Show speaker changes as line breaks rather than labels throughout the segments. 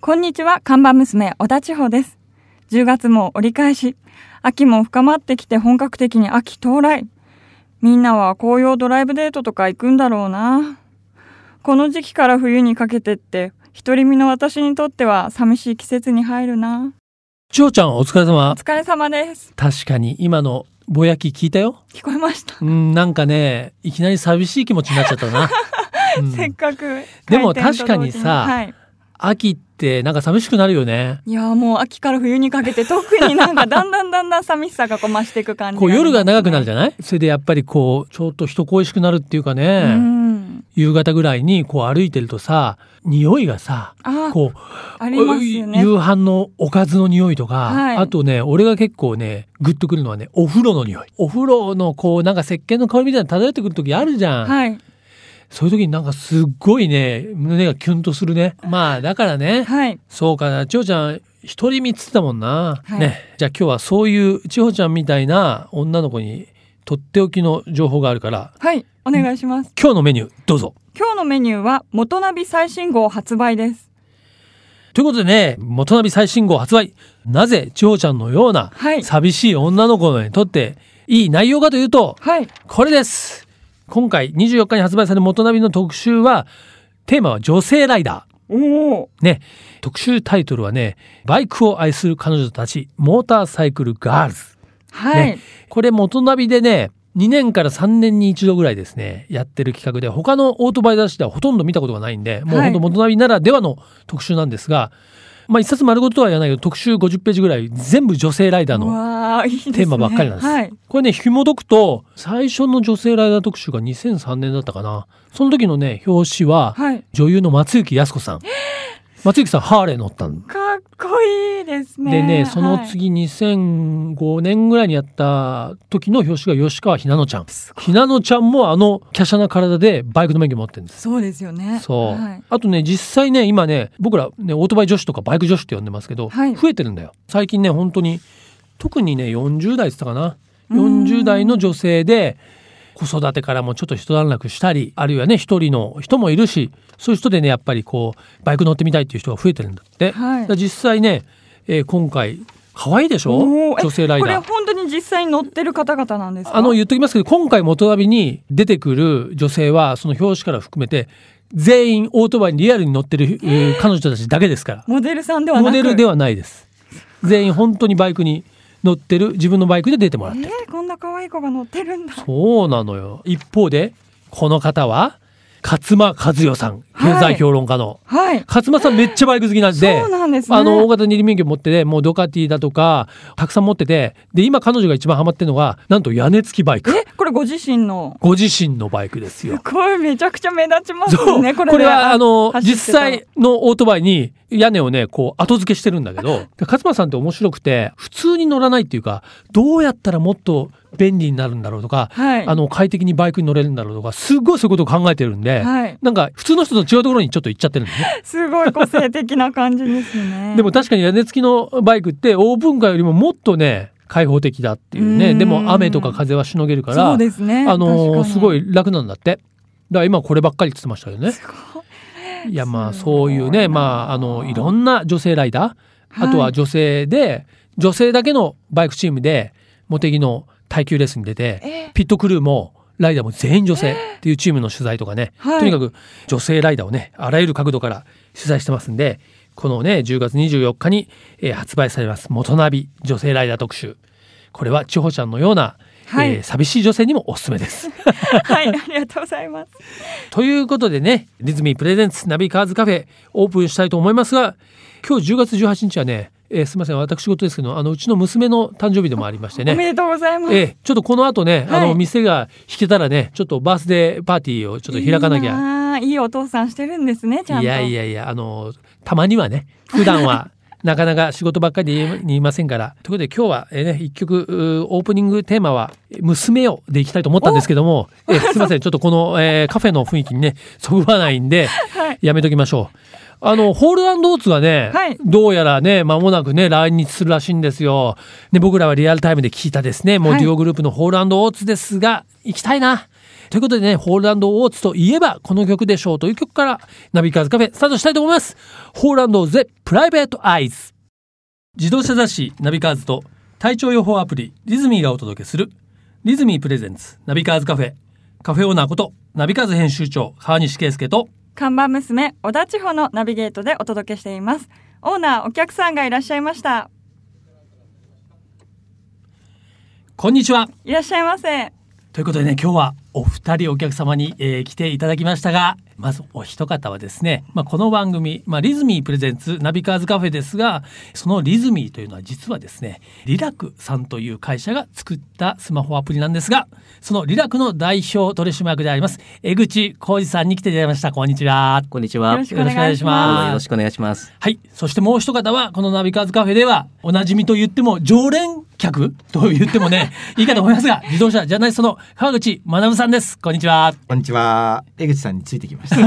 こんにちは、看板娘、小田千穂です。10月も折り返し、秋も深まってきて本格的に秋到来。みんなは紅葉ドライブデートとか行くんだろうな。この時期から冬にかけてって、独り身の私にとっては寂しい季節に入るな。
千穂ちゃん、お疲れ様。
お疲れ様です。
確かに、今のぼやき聞いたよ。
聞こえました。
うん、なんかね、いきなり寂しい気持ちになっちゃった な。
うん、せっかく。
でも確かにさ、はい、秋ってなんか寂しくなるよね。
いやもう秋から冬にかけて特になんかだんだんだんだん寂しさがこう増していく感じ、ね、
こう夜が長くなるじゃないそれでやっぱりこうちょっと人恋しくなるっていうかね、うん、夕方ぐらいにこう歩いてるとさ匂いがさこう
ありますよ、ね、
夕飯のおかずの匂いとか、はい、あとね俺が結構ねグッとくるのはねお風呂の匂いお風呂のこうなんか石鹸の香りみたいな漂ってくる時あるじゃん。はいそういう時になんかすっごいね、胸がキュンとするね。まあだからね、はい、そうかな、千穂ちゃん、独り身っつったもんな。はい、ね。じゃあ今日はそういう千穂ちゃんみたいな女の子にとっておきの情報があるから。
はい、お願いします。
今日のメニュー、どうぞ。
今日のメニューは、元ナビ最新号発売です。
ということでね、元ナビ最新号発売。なぜ千穂ちゃんのような寂しい女の子にとっていい内容かというと、はい、これです。今回24日に発売される元ナビの特集は、テーマは女性ライダー。おね、特集タイトルはね、バイクを愛する彼女たち、モーターサイクルガールズ。
はい。ね、
これ元ナビでね、2年から3年に一度ぐらいですね、やってる企画で、他のオートバイ雑誌ではほとんど見たことがないんで、もうほんと元ナビならではの特集なんですが、はい、まあ一冊丸ごとは言わないけど、特集50ページぐらい全部女性ライダーのテーマばっかりなんです。いいですねはい、これね、紐解くと、最初の女性ライダー特集が2003年だったかな。その時のね、表紙は、はい、女優の松雪靖子さん。松雪さん、ハーレー乗ったの。
かっこいいですね。
でね、その次2005年ぐらいにやった時の表紙が吉川ひなのちゃん。ひなのちゃんもあの華奢な体でバイクの免許持ってるんです。
そうですよね。
そう。はい、あとね、実際ね、今ね、僕らね、オートバイ女子とかバイク女子って呼んでますけど、増えてるんだよ。最近ね、本当に特にね40代って言ったかな40代の女性で子育てからもちょっと一段落したりあるいはね一人の人もいるしそういう人でねやっぱりこうバイク乗ってみたいっていう人が増えてるんだって、はい、実際ね、えー、今回可愛いでしょ女性ライダ
ー。これ本当に実際に乗ってる方々なんです
あの言っときますけど今回元旅に出てくる女性はその表紙から含めて全員オートバイにリアルに乗ってる、えー、彼女たちだけですから。
モデルさんではな
モデルではないです。全員本当にバイクに乗ってる自分のバイクで出てもらってる、
えー、こんな可愛い子が乗ってるんだ
そうなのよ一方でこの方は勝間和代さん経済評論家の、はいはい、勝間さんめっちゃバイク好きなんで
そうなんです、
ね、あの大型二輪免許持っててもうドカティだとかたくさん持っててで今彼女が一番ハマってるのがなんと屋根付きバイク
えこれご自身の
ご自身のバイクですよ
すごいめちゃくちゃ目立ちますねこれ
これはあの実際のオートバイに屋根をねこう後付けしてるんだけ ど勝間さんって面白くて普通に乗らないっていうかどうやったらもっと便利になるんだろうとか、はい、あの快適にバイクに乗れるんだろうとかすごいそういうことを考えてるんで、はい、なんか普通の人と違うところにちょっと行っちゃってるんですね
すごい個性的な感じですね
でも確かに屋根付きのバイクってオープンカーよりももっとね開放的だっていうねでも雨とか風はしのげるから
そうです、ね、
あのすごい楽なんだってだから今こればっかり言ってましたよね。
い
やまあそういうねまああのいろんな女性ライダー、はい、あとは女性で女性だけのバイクチームで茂木の耐久レースに出て、えー、ピットクルーもライダーも全員女性っていうチームの取材とかね、えー、とにかく女性ライダーをねあらゆる角度から取材してますんでこのね10月24日に、えー、発売されます「元ナビ女性ライダー特集」これは千穂ちゃんのような、はい、えー、寂しい女性にもおすすめで す。
はいありがとうございます
ということでねリズミープレゼンツナビカーズカフェオープンしたいと思いますが今日10月18日はねえー、すみません私事ですけどあのうちの娘の誕生日でもありま してね
おめでとうございます、
えー、ちょっとこの後ね、はい、あの店が引けたらねちょっとバースデーパーティーをちょっと開かなきゃ
いいお父さんしてるんですねちゃんと
いやいやいやあのたまにはね普段はなかなか仕事ばっかりで言いませんから。ということで今日は、えー、ね、一曲、オープニングテーマは、娘をでいきたいと思ったんですけども、えー、すいません、ちょっとこの、えー、カフェの雰囲気にね、そぐわないんで、はい、やめときましょう。あの、ホールオーツがね、はい、どうやらね、間もなくね、来日するらしいんですよ。ね、僕らはリアルタイムで聞いたですね、もうデュオグループのホールオーツですが、行きたいな。ということでね、ホールランドオーツといえばこの曲でしょうという曲からナビカーズカフェスタートしたいと思います。ホールランドゼプライベートアイズ。自動車雑誌ナビカーズと体調予報アプリリズミーがお届けするリズミープレゼンツナビカーズカフェカフェオーナーことナビカーズ編集長川西圭介と
看板娘小田千穂のナビゲートでお届けしていますオーナーお客さんがいらっしゃいました
こんにちはい
らっしゃいませ
ということでね今日はお二人お客様に、えー、来ていただきましたがまずお一方はですね、まあ、この番組、まあ、リズミープレゼンツナビカーズカフェですがそのリズミーというのは実はですねリラクさんという会社が作ったスマホアプリなんですがそのリラクの代表取締役であります江口浩二さんに来ていただきましたこんにちは
こんにちはよ
ろしくお願いします
よろしくお願いします
はいそしてもう一方はこのナビカーズカフェではおなじみと言っても常連客と言ってもねいいかと思いますが自動車ジャーナリストの川口学さんですこんにちは
こんにちは江口さんについてきました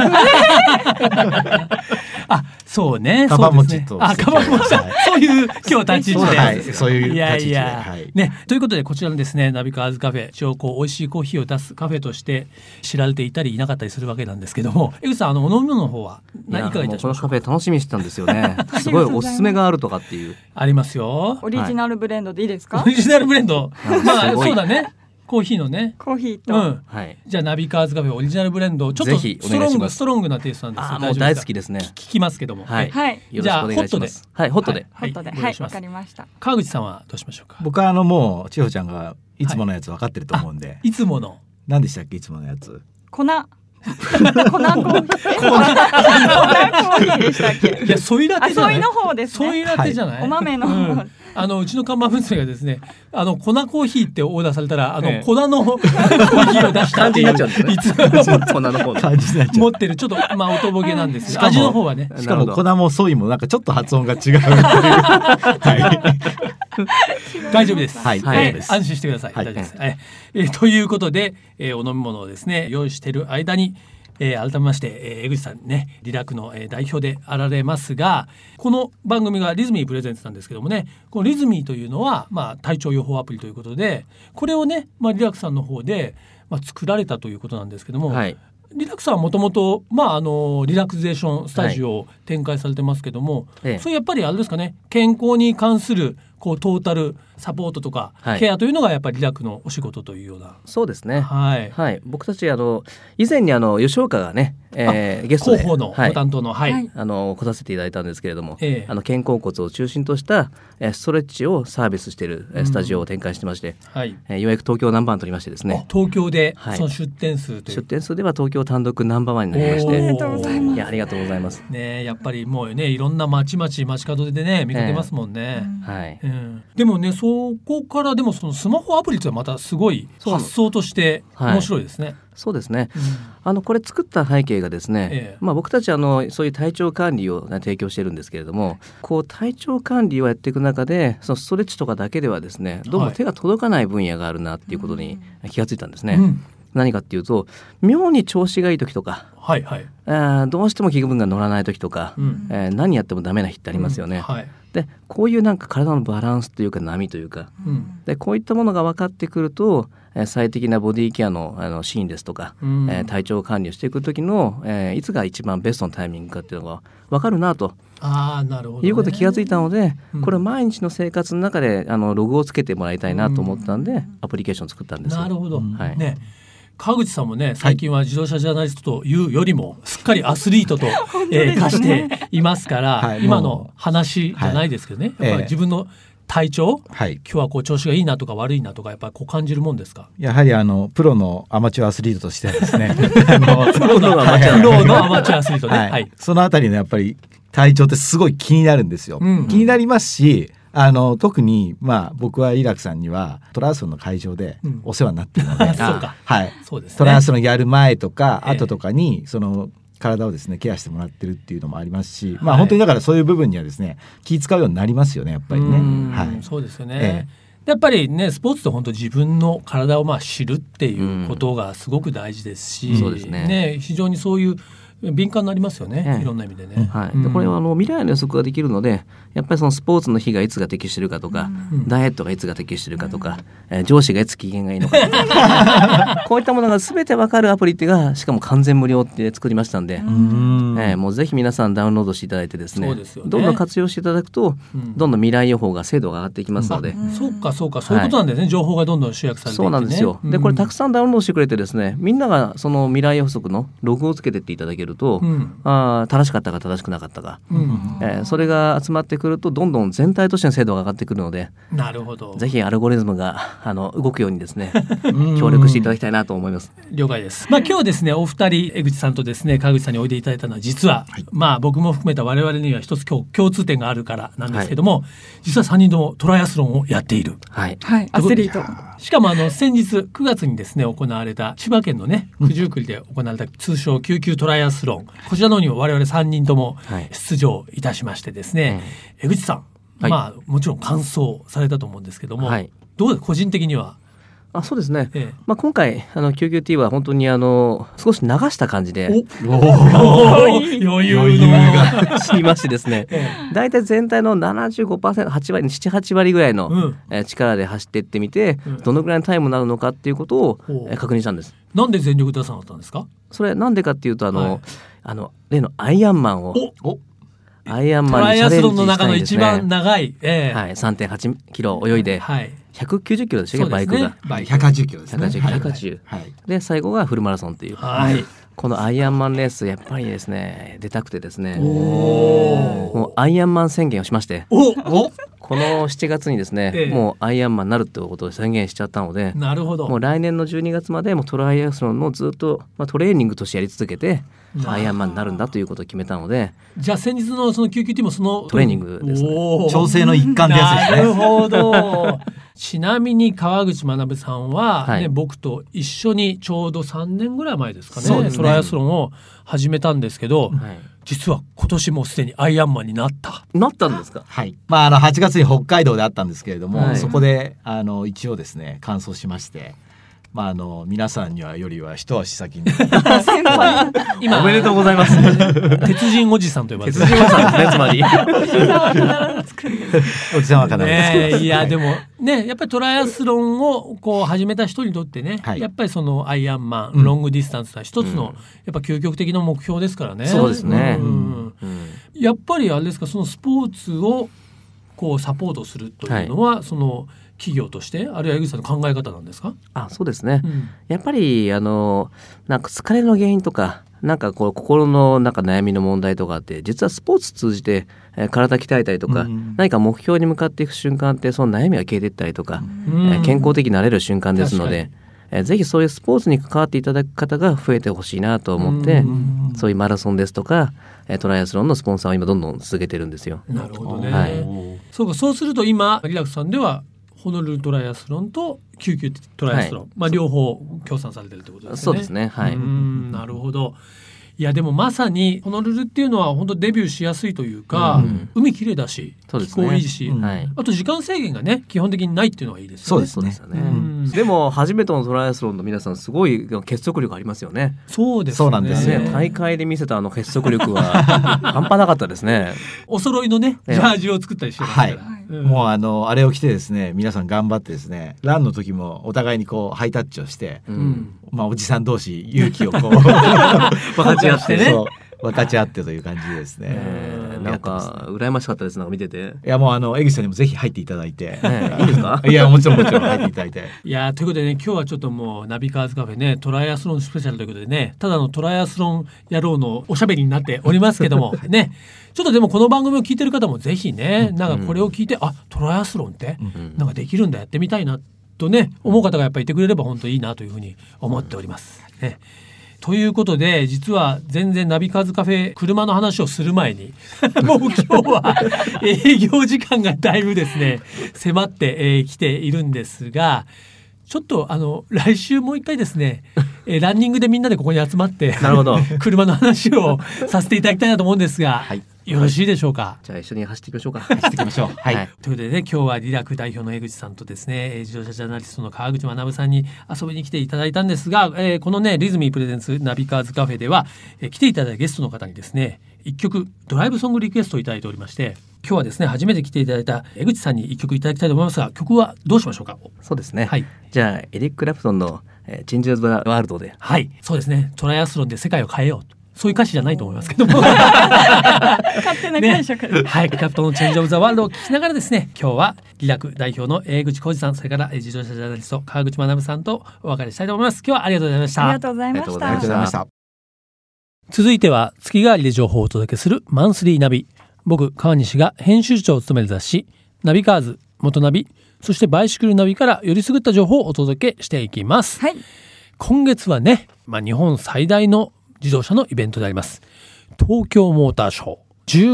あ、そうね。
カバン持ちと。
あ、カバン持ちだ。そういう今日立ち位置で。
はい、そういう
いやいや、
はい、
ね、ということでこちらのですね、ナビカーズカフェ、一応こう美味しいコーヒーを出すカフェとして知られていたりいなかったりするわけなんですけども、江口さんあのお飲み物の方は何いかがいたし
ましこのカフェ楽しみにしてたんですよ ね。すごいおすすめがあるとかっていう。
ありますよ。
オリジナルブレンドでいいですか？
オリジナルブレンド。まあそうだね。コーヒーのね。
コーヒーと。
うん。はい。じゃあナビカーズカフェオリジナルブレンドちょっとストロングストロングなテイストなんです
よ。もう大好きですね。
聞きますけども。
はい。はい。
じゃあホットで。
はい、ホットで。
ホットで。はい。わかりました。
川口さんはどうしましょうか。
僕はあのもう千穂ちゃんがいつものやつ分かってると思うんで。
いつもの。
何でしたっけいつものやつ。
粉。粉コーヒ ー。粉コーヒーでしたっけ。
いやソイラテじゃない。
ソイの方です
ソイラテじゃない。
お豆の方。
あのうちの看板娘がですね、あの粉コーヒーってオーダーされたら、あの、ええ、粉のコーヒーを出したっていう。いつ
粉の方
感じになっちゃう。
持ってるちょっとまあ音ぼけなんですけど、味の方はね。。
しかも粉もソイもなんかちょっと発音が違 う。はい
大丈夫です。
はい、大丈夫です。
安心してください。大丈夫です。はい。えということで、えお飲み物をですね用意している間に。えー、改めまして、えー、江口さんねリラクの、えー、代表であられますがこの番組がリズミープレゼンツなんですけどもねこのリズミーというのは、まあ、体調予報アプリということでこれをね、まあ、リラクさんの方で、まあ、作られたということなんですけども、はい、リラクさんはもともと、まあ、あのリラクゼーションスタジオを展開されてますけども、はい、それやっぱりあれですかね健康に関するこうトータルサポートとか、はい、ケアというのがやっぱりリラクのお仕事というような
そうですね
はい、
はい、僕たちあの以前にあの吉岡がね、えー、ゲスト
で広報のご担当の、はい、はい、
あの来させていただいたんですけれども、えー、あの肩甲骨を中心としたストレッチをサービスしているスタジオを展開してまして、うん、はいえー、ようやく東京ナンバー取りましてですね
東京でその出店数という、
出店数では東京単独ナンバーワンになりまして
ありがとうございます
いやありがとうございます
ねやっぱりもうねいろんな町々街角でね見かけますもんね、
えー、はい、
うん、でもねそこからでもそのスマホアプリってまたすごい発想として面白いですね。
そうですね、うん、あのこれ作った背景がですね、ええ、まあ、僕たちあのそういう体調管理を、ね、提供してるんですけれどもこう体調管理をやっていく中でそのストレッチとかだけではですねどうも手が届かない分野があるなっていうことに気がついたんですね。はいうん何かっていうと妙に調子がいい時とか、
はいはい
えー、どうしても気分が乗らない時とか、うん、えー、何やってもダメな日ってありますよね。うん、はい、でこういうなんか体のバランスというか波というか、うん、でこういったものが分かってくると、えー、最適なボディケアのあのシーンですとか、うん、えー、体調管理をしていく時の、えいつが一番ベストのタイミングかっていうのが分かるなと。
あなるほど、
ね、いうこと気が付いたので、これ毎日の生活の中であのログをつけてもらいたいなと思ったんで、アプリケーション作ったんです
なるほど、はい、ね川口さんもね最近は自動車ジャーナリストというよりもすっかりアスリートと、はい、えー、化していますから、はい、今の話じゃないですけどね、はい、やっぱ自分の体調、はい、今日はこう調子がいいなとか悪いなとかやっぱりこう感じるもんですか
やはりあのプロのアマチュアアスリートとしてです ね
プロのアマチュアアスリートね、はい
そのあたりのやっぱり体調ってすごい気になるんですよ、うんうん、気になりますしあの特にまあ僕はイラクさんにはトランスの会場でお世話になってる ので、うん、はい、
そうです、ね、、
トランスのやる前とか後とかにその体をですねケアしてもらってるっていうのもありますし、はい、まあ本当にだからそういう部分にはですね気使うようになりますよねやっぱりね。はい
そうですよね。ええやっぱりねスポーツって本当自分の体をまあ知るっていうことがすごく大事ですし、
うん、そうですね
ね非常にそういう敏感になりますよね、ええ、いろんな意味でね。
はい、でこれはあの未来の予測ができるのでやっぱりそのスポーツの日がいつが適してるかとか、うん、ダイエットがいつが適してるかとか、うん、えー、上司がいつ機嫌がいいのかと かこういったものが全て分かるアプリってがしかも完全無料って作りましたんで、うん、えー、もうぜひ皆さんダウンロードしていただいてですね、ね、どんどん活用していただくと、うん、どんどん未来予報が精度が上がっていきますので、
そうかそうかそういうことなんですね、はい、情報がどんどん集約されていて、ね、
そうなんですよでこれたくさんダウンロードしてくれてですねみんながその未来予測のログをつけてっていただけると、うん、あ正しかったか正しくなかったか、うん、えー、それが集まってくるとどんどん全体としての精度が上がってくるので
なるほど
ぜひアルゴリズムがあの動くようにですね協力していただきたいなと思います。
了解です、まあ、今日ですねお二人江口さんとですね川口さんにおいでいただいたのは実は、はい、まあ僕も含めた我々には一つ今日共通点があるからなんですけども、はい、実は3人ともトライアスロンをやっている。
はい、
はい、アスリート
しかもあの先日9月にですね行われた千葉県のね九十九里で行われた通称救急トライアスロン、うん、こちらの方にも我々3人とも出場いたしましてですね、うん、江口さん、まあもちろん完走されたと思うんですけども、どう個人的には
あそうですね、ええ、まあ、今回あの QQT は本当にあの少し流した感じで
余裕
が知りま してですね、ええ、大体全体の 75%8 割78割ぐらいの、うん、え力で走っていってみて、うん、どのぐらいのタイムになるのかっていうことを、え確認したんです。
なんで全力出さなかったんですか
それなんでかっていうとあの、はい、あの例のアイアンマンを
アイアンマントライアスロンの中の一番長い、
えー、はい、3.8キロ泳いで、はい、190キロでしたっけ、バイクが。
バイク110キロですね。
110、はい、で、最後がフルマラソンっていう。はい。このアイアンマンレース、やっぱりですね、出たくてですね、もうアイアンマン宣言をしまして、
おお
この7月にですね、ええ、もうアイアンマンになるってことを宣言しちゃったので、
なるほど。
もう来年の12月までもトライアスロンのずっと、まあ、トレーニングとしてやり続けて、アイアンマンになるんだということを決めたので。
じゃあ先日のその救急ティもその
トレーニングですね。
調整の一環ですね。
なるほど。ちなみに川口学さんはね、ね、はい、僕と一緒にちょうど3年ぐらい前ですかね、ね、トライアスロンを始めたんですけど、はい、実は今年もすでにアイアンマンになった。
なったんですか
はい。まあ、あの8月に北海道であったんですけれども、はい、そこであの一応ですね完走しまして。まあ、あの皆さんにはよりは一足先に
今おめでとうございます
鉄人おじさんと呼ばれ
て鉄人おじさんですね つま り
おじさんは必ず、
ね、いやでもねやっぱりトライアスロンをこう始めた人にとってね、はい、やっぱりそのアイアンマン、うん、ロングディスタンスは一つの、うん、やっぱ究極的な目標ですからね、
そうですね、うん
やっぱりあれですかそのスポーツをこうサポートするというのは、はい、その企業としてあるいは江口さんの考え方なんですか
あそうですね、うん、やっぱりあのなんか疲れの原因とかなんかこう心のなんか悩みの問題とかって実はスポーツ通じて、えー、体鍛えたりとか、うん、何か目標に向かっていく瞬間ってその悩みが消えていったりとか、うん、えー、健康的になれる瞬間ですので。えー、ぜひそういうスポーツに関わっていただく方が増えてほしいなと思って、そういうマラソンですとか、えー、トライアスロンのスポンサーを今どんどん続けてるんですよ。
なるほどね。はい、そうか、そうすると今、リラクさんではホノルルトライアスロンと救急トライアスロン、はい、まあ両方協賛されてるってことですね。
そうですね。はい。
なるほど。いやでもまさにホノルルっていうのは本当デビューしやすいというか、うん、海きれいだし、
ね、
気候いいし、うん
はい、
あと時間制限がね基本的にないっていうのはいいです
よね。そうですね。うん、でも初めてのトライアスロンの皆さんすごい結束力ありますよね。
そうです、ね、
そうなんですね。大会で見せたあの結束 力は半端なかったですね。
お揃いのねジャージを作ったりしてますから。
はいうん、もうあのあれを着てですね皆さん頑張ってですねランの時もお互いにこうハイタッチをして、うん、まあおじさん同士勇気 をこう分
かち合ってね
分かち合ってという感じですね。
えー、なんか、ね、羨ましかったですなんか見てて。
いやもうあの江口さんにもぜひ入っていただいて。
ね、いいですか？
いやもちろんもちろん入っていただいて。
いやということでね今日はちょっともうナビカーズカフェねトライアスロンスペシャルということでねただのトライアスロン野郎のおしゃべりになっておりますけどもねちょっとでもこの番組を聞いてる方もぜひね、うん、なんかこれを聞いて、うん、あトライアスロンって、うん、なんかできるんだやってみたいなとね思う方がやっぱりいてくれれば本当いいなというふうに思っております。うん、ね。ということで実は全然ナビカーズカフェ車の話をする前 にもう今日は営業時間がだいぶですね迫ってきているんですがちょっとあの来週もう一回ですね、えー、ランニングでみんなでここに集まって
なるほど
車の話をさせていただきたいなと思うんですが、
はい
よろしいでしょうか。
じゃあ一緒に走っていきましょうか。
走っていきましょう。 はい。
ということでね、今日はリラク代表の江口さんとですね、えー自動車ジャーナリストの川口学さんに遊びに来ていただいたんですが、えーこのね、リズミープレゼンツナビカーズカフェでは、えー来ていただいたゲストの方にですね、一曲ドライブソングリクエストをいただいておりまして、今日はですね、初めて来ていただいた江口さんに一曲いただきたいと思いますが、曲はどうしましょうか。
そうですね。
はい
じゃあエリック・クラプトンの、えーチェンジ・オブ・ワールドで。
はい、そうですね、トライアスロンで世界を変えようと。そういう歌詞じゃないと思いますけど も。
勝手な解釈で
ね、はい、キャプトンのチェンジオブザワールドを聞きながらですね、今日はリラク代表の江口浩二さん、それからえー自動車ジャーナリスト川口学さんとお別れしたいと思います。今日はありがとうございまし
ありが
た。
とうございま
ありがとう
し
ご
あ
た
ざ
りがとうございました。
続いては月替わりで情報をお届けするマンスリーナビ。僕、川西が編集長を務める雑誌、ナビカーズ、元ナビ、そしてバイシクルナビからよりすぐった情報をお届けしていきます。
はい
今月はね、まあ、日本最大の自動車のイベントであります東京モーターショー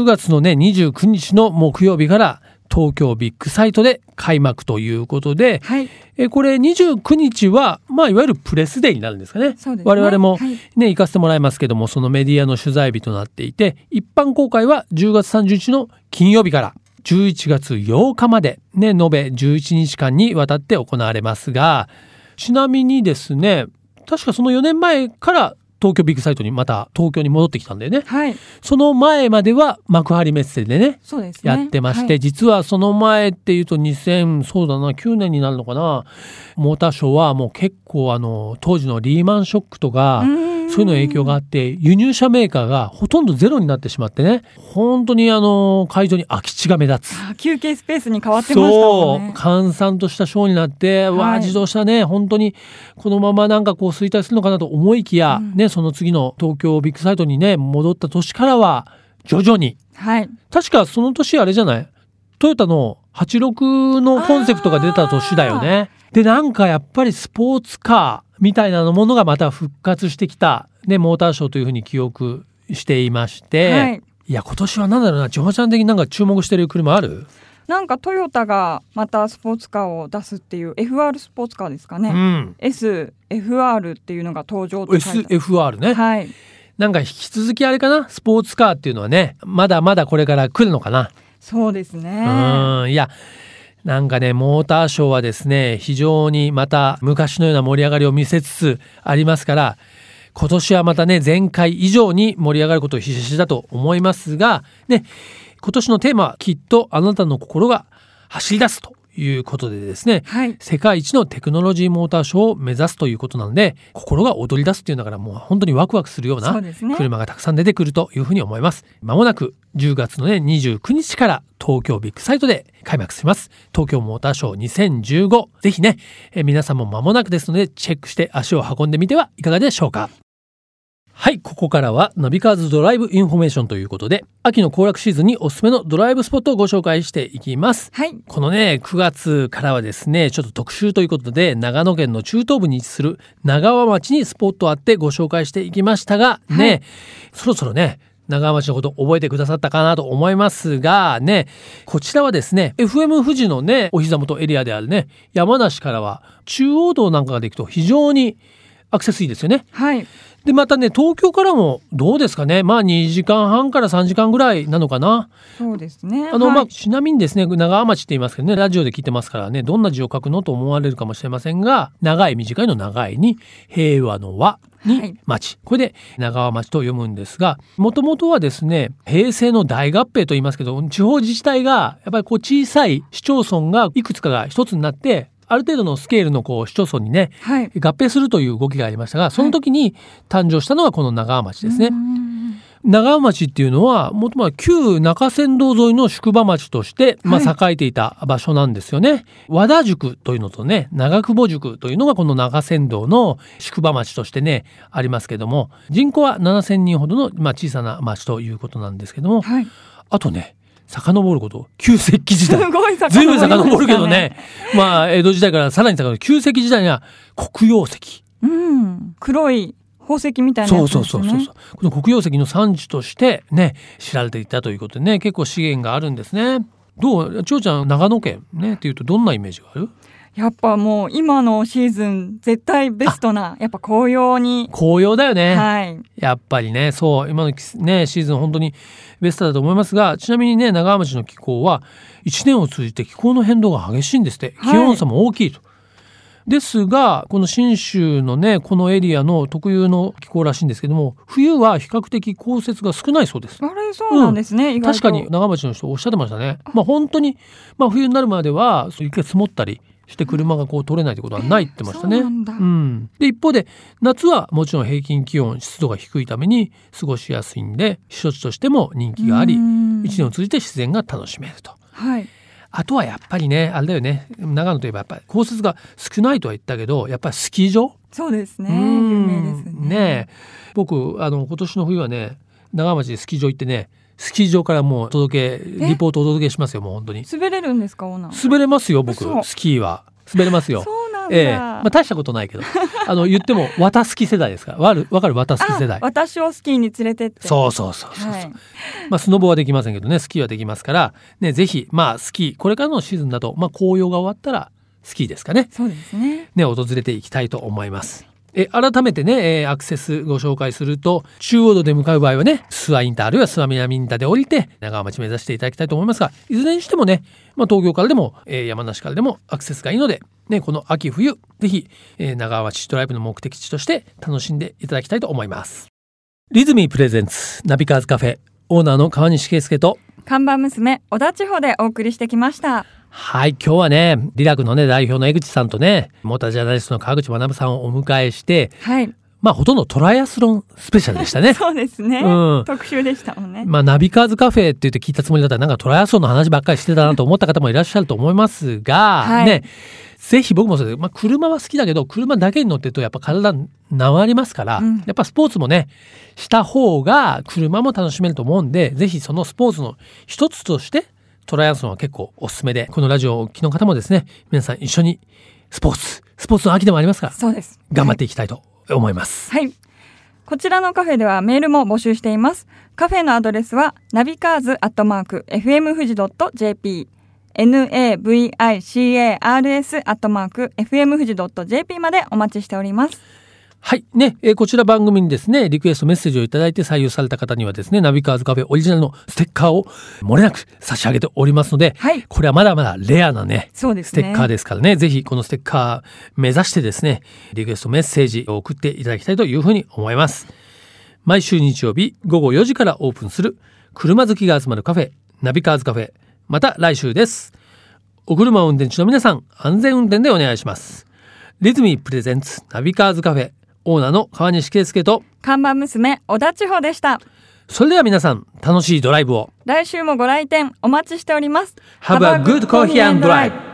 10月のね29日の木曜日から東京ビッグサイトで開幕ということで、
はい
えこれ29日は、まあ、いわゆるプレスデーになるんですかね
そうですね
我々
は
もね
い、
行かせてもらいますけどもそのメディアの取材日となっていて一般公開は10月30日の金曜日から11月8日まで、ね、延べ11日間にわたって行われますがちなみにですね確かその4年前から東京ビッグサイトにまた東京に戻ってきたんだよね。
はい
その前までは幕張メッセでね
そうですね
やってまして、
はい
実はその前っていうと2000そうだな9年になるのかなモーターショーはもう結構あの当時のリーマンショックとか
うーん
そういうの影響があって輸入車メーカーがほとんどゼロになってしまってね本当にあの会場に空き地が目立つ。
あ休憩スペースに変わってましたもん
そう
ね
閑散としたショーになって、わ
は
あ
い
自動車ね本当にこのままなんかこう衰退するのかなと思いきや、
うん
ねその次の東京ビッグサイトにね戻った年からは徐々に
はい
確かその年あれじゃないトヨタの86のコンセプトが出た年だよね。でなんかやっぱりスポーツカーみたいなものがまた復活してきた、ね、モーターショーというふうに記憶していまして、
はい
い、や今年は何だろうな千穂ちゃん的になんか注目してる車ある、
なんかトヨタがまたスポーツカーを出すっていう FR スポーツカーですか
う
ね、
ん
SFR っていうのが登場って書いて
SFR
あ
ね、
るはい
なんか引き続きあれかなスポーツカーっていうのはねまだまだこれから来るのかな
そうですね
うんいやなんかねモーターショーはですね非常にまた昔のような盛り上がりを見せつつありますから今年はまたね前回以上に盛り上がることを必死だと思いますが、ね、今年のテーマはきっとあなたの心が走り出すということでですね、
はい
世界一のテクノロジーモーターショーを目指すということなので心が躍り出すっていうんだからもう本当にワクワクするよう
そ
な
うですね
車がたくさん出てくるというふうに思いますまもなく10月のね29日から東京ビッグサイトで開幕します東京モーターショー2015ぜひねえー皆さんも間もなくですのでチェックして足を運んでみてはいかがでしょうかはい、ここからはナビカーズドライブインフォメーションということで、秋の行楽シーズンにおすすめのドライブスポットをご紹介していきます。
はい
このね、9月からはですね、ちょっと特集ということで、長野県の中東部に位置する長和町にスポットあってご紹介していきましたが、ね、
はい
そろそろね、長和町のこと覚えてくださったかなと思いますが、ね、こちらはですね、FM 富士のね、お膝元エリアであるね、山梨からは中央道なんかができると非常にアクセスいいですよね。
はい
でまたね東京からもどうですかねまあ2時間半から3時間ぐらいなのかな
そうですね
あの、
はい
まあちなみにですね長浜町って言いますけどねラジオで聞いてますからねどんな字を書くのと思われるかもしれませんが長い短いの長いに平和の和
はい
に町、これで長浜町と読むんですがもともとはですね平成の大合併と言いますけど地方自治体がやっぱりこう小さい市町村がいくつかが一つになってある程度のスケールのこう市町村にね
はい
合併するという動きがありましたがその時に誕生したのがこの長浜町ですね、
うん
長浜町っていうのはもともと旧中山道沿いの宿場町として、ま
は
あ、栄えていた場所なんですよね、和田塾というのとね長久保塾というのがこの中山道の宿場町としてねありますけども人口は7,000人ほどの、まあ、小さな町ということなんですけども
はい
あとね遡ること旧石器時
す
代
ごい遡りましたね
ずいぶん遡るけどね。まあ、江戸時代からさらに遡る。旧石器時代には黒曜石。
うん黒い宝石みたいなや
そ
つ
う
です
そ
ね
うそうそうそう。この黒曜石の産地としてね、知られていたということでね、結構資源があるんですね。どう、ちょうちゃん、長野県ね、っていうとどんなイメージがある
やっぱもう今のシーズン絶対ベストなやっぱ紅葉に
紅葉だよね、
はい、
やっぱりねそう今のねシーズン本当にベストだと思いますがちなみにね長浜町の気候は1年を通じて気候の変動が激しいんですって気温差も大きいと。はい、ですがこの信州のねこのエリアの特有の気候らしいんですけども冬は比較的降雪が少ないそうです
あれそうなんですね、うん、
確かに長町の人おっしゃってましたねまあ本当にまあ冬になるまでは雪が積もったりして車がこう取れないってことはないってましたね。えー、
うん
で一方で夏はもちろん平均気温湿度が低いために過ごしやすいんで避暑地としても人気があり一年を通じて自然が楽しめると。
はい、
あとはやっぱりねあれだよね長野といえばやっぱり降雪が少ないとは言ったけどやっぱりスキー場
そうですね有名ですね。
ね僕あの今年の冬はね長町でスキー場行ってねスキー場からもう届けリポートお届けしますよもう本当に
滑れるんですかオーナ
ー滑れますよ僕スキーは滑れますよ
そうなん
ええまあ大したことないけどあの言っ ても綿スキー世代ですからわるわかる綿スキー世代
私をスキーに連れてって
そうそうそうそう、はい、まあスノボはできませんけどねスキーはできますからねぜひまあスキーこれからのシーズンだとまあ紅葉が終わったらスキーですかね
そうですね
ね訪れていきたいと思いますえ改めてね、えー、アクセスご紹介すると中央道で向かう場合はね諏訪インターあるいは諏訪南インターで降りて長浜町目指していただきたいと思いますがいずれにしてもね、まあ、東京からでも、えー、山梨からでもアクセスがいいので、ね、この秋冬ぜひ、えー、長浜町ドライブの目的地として楽しんでいただきたいと思いますリズミープレゼンツナビカーズカフェオーナーの川西圭介と
看板娘小田地方でお送りしてきました
はい、今日はね、リラクのね、代表の江口さんとね、モータージャーナリストの川口学さんをお迎えして、
はい。
まあ、ほとんどトライアスロンスペシャルでしたね。
そうですね。うん。特集でしたもんね。
まあ、ナビカーズカフェって言って聞いたつもりだったら、なんかトライアスロンの話ばっかりしてたなと思った方もいらっしゃると思いますが、はい、ね、ぜひ僕もそうです。まあ、車は好きだけど、車だけに乗ってるとやっぱ体治りますから、うん、やっぱスポーツもね、した方が車も楽しめると思うんで、ぜひそのスポーツの一つとして、トライアスロンは結構おすすめで、このラジオをお聞きの方もですね、皆さん一緒にスポーツ、スポーツの秋でもありますから、
そうです。
頑張っていきたいと思います。
はい。こちらのカフェではメールも募集しています。カフェのアドレスは、ナビカーズアットマーク、FM 富士 .jp、navicars アットマーク、FM 富士 .jp までお待ちしております。
はい。ね、えー、こちら番組にですね、リクエストメッセージをいただいて採用された方にはですね、ナビカーズカフェオリジナルのステッカーを漏れなく差し上げておりますので、
はい、
これはまだまだレアなね、
そうです
ね、ステッカーですからね、ぜひこのステッカー目指してですね、リクエストメッセージを送っていただきたいというふうに思います。毎週日曜日午後4時からオープンする車好きが集まるカフェ、ナビカーズカフェ、また来週です。お車運転中の皆さん、安全運転でお願いします。リズミープレゼンツナビカーズカフェオーナーの川西圭介と
看板娘小田千穂でした
それでは皆さん楽しいドライブを
来週もご来店お待ちしております
Have a good coffee and drive